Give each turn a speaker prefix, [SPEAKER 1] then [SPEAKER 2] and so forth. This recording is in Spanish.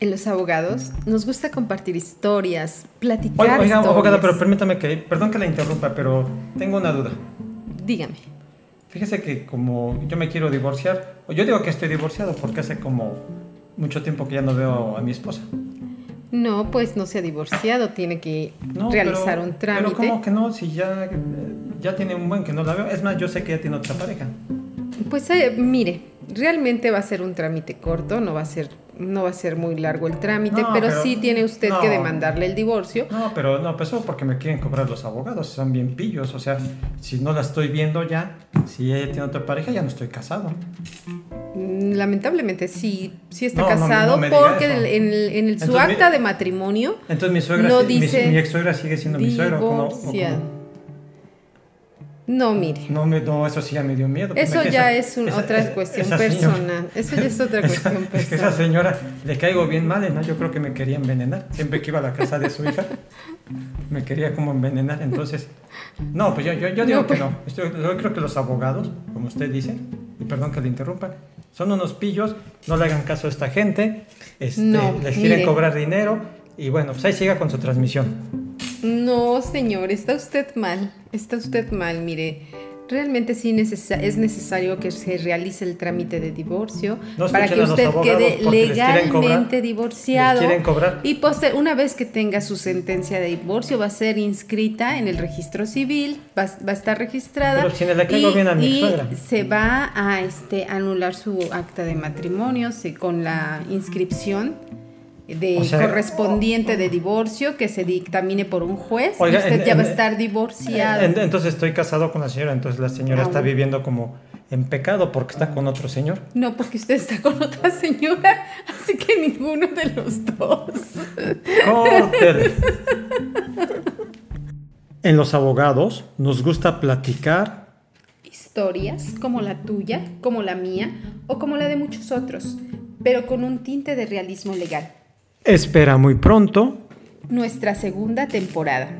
[SPEAKER 1] los abogados nos gusta compartir historias, platicar.
[SPEAKER 2] Oiga, oiga,
[SPEAKER 1] historias.
[SPEAKER 2] abogada, pero permítame que, perdón que la interrumpa, pero tengo una duda.
[SPEAKER 1] Dígame.
[SPEAKER 2] Fíjese que como yo me quiero divorciar, o yo digo que estoy divorciado porque hace como mucho tiempo que ya no veo a mi esposa.
[SPEAKER 1] No, pues no se ha divorciado, tiene que
[SPEAKER 2] No,
[SPEAKER 1] realizar
[SPEAKER 2] pero-
[SPEAKER 1] un trámite.
[SPEAKER 2] Pero ¿cómo que no? Si ya, eh, ya tiene un buen que no la veo. Es más, yo sé que ya tiene otra pareja.
[SPEAKER 1] Pues eh, mire, realmente va a ser un trámite corto, no va a ser, no va a ser muy largo el trámite,
[SPEAKER 2] No,
[SPEAKER 1] pero,
[SPEAKER 2] pero-
[SPEAKER 1] sí tiene usted
[SPEAKER 2] no.
[SPEAKER 1] que demandarle el divorcio.
[SPEAKER 2] No, pero no, pues eso porque me quieren cobrar los abogados, son bien pillos. O sea, si no la estoy viendo ya, si ella tiene otra pareja, ya no estoy casado.
[SPEAKER 1] Mm, Lamentablemente sí, sí está
[SPEAKER 2] No, no me-
[SPEAKER 1] casado
[SPEAKER 2] no me diga
[SPEAKER 1] porque
[SPEAKER 2] eso.
[SPEAKER 1] en, el- en el- su
[SPEAKER 2] Entonces, mi-
[SPEAKER 1] acta de matrimonio
[SPEAKER 2] Entonces mi suegra,
[SPEAKER 1] No
[SPEAKER 2] si- mi-
[SPEAKER 1] dice
[SPEAKER 2] mi, ex suegra sigue siendo mi suegra. ¿cómo- o cómo?
[SPEAKER 1] divorciado. No, mire.
[SPEAKER 2] No, me- no, eso sí ya me dio miedo. pues,
[SPEAKER 1] Eso
[SPEAKER 2] me-
[SPEAKER 1] ya
[SPEAKER 2] esa-
[SPEAKER 1] es un-
[SPEAKER 2] esa-
[SPEAKER 1] otra
[SPEAKER 2] esa-
[SPEAKER 1] cuestión
[SPEAKER 2] esa señora-
[SPEAKER 1] personal. Eso ya es otra
[SPEAKER 2] esa-
[SPEAKER 1] cuestión
[SPEAKER 2] es que esa
[SPEAKER 1] personal.
[SPEAKER 2] señora le caigo bien mal, ¿no? Yo creo que me quería envenenar. Siempre que iba a la casa de su hija, me quería como envenenar. Entonces, no, pues yo, yo, yo digo
[SPEAKER 1] No, pues-
[SPEAKER 2] que no. Estoy- yo creo que los abogados, como usted dice, y perdón que le interrumpa, son unos pillos, no le hagan caso a esta gente, este,
[SPEAKER 1] No,
[SPEAKER 2] les quieren
[SPEAKER 1] mire.
[SPEAKER 2] cobrar dinero y bueno, pues ahí siga con su transmisión.
[SPEAKER 1] No, señor, está usted mal. Está usted mal, mire. Realmente sí necesa- es necesario que se realice el trámite de divorcio
[SPEAKER 2] No
[SPEAKER 1] para
[SPEAKER 2] escuchen
[SPEAKER 1] que
[SPEAKER 2] a los
[SPEAKER 1] usted
[SPEAKER 2] abogados
[SPEAKER 1] quede
[SPEAKER 2] porque les quieren cobrar-
[SPEAKER 1] legalmente
[SPEAKER 2] Les
[SPEAKER 1] divorciado.
[SPEAKER 2] quieren cobrar.
[SPEAKER 1] Y poster- una vez que tenga su sentencia de divorcio, va a ser inscrita en el registro civil, va, va a estar registrada.
[SPEAKER 2] Pero si le caigo bien a mi
[SPEAKER 1] y
[SPEAKER 2] suegra.
[SPEAKER 1] se va a este, anular su acta de matrimonio se- con la inscripción de
[SPEAKER 2] O sea-
[SPEAKER 1] correspondiente de divorcio que se dictamine por un juez. y
[SPEAKER 2] Oiga,
[SPEAKER 1] usted
[SPEAKER 2] en-
[SPEAKER 1] ya va a
[SPEAKER 2] en-
[SPEAKER 1] estar divorciado.
[SPEAKER 2] En- Entonces estoy casado con la señora, entonces la señora
[SPEAKER 1] Ah,
[SPEAKER 2] está
[SPEAKER 1] bueno.
[SPEAKER 2] viviendo como en pecado porque está con otro señor.
[SPEAKER 1] no, porque usted está con otra señora, así que ninguno de los dos.
[SPEAKER 2] Córtele. En los abogados nos gusta platicar.
[SPEAKER 1] historias como la tuya, como la mía o como la de muchos otros, pero con un tinte de realismo legal.
[SPEAKER 2] Espera muy pronto
[SPEAKER 1] Nuestra segunda temporada.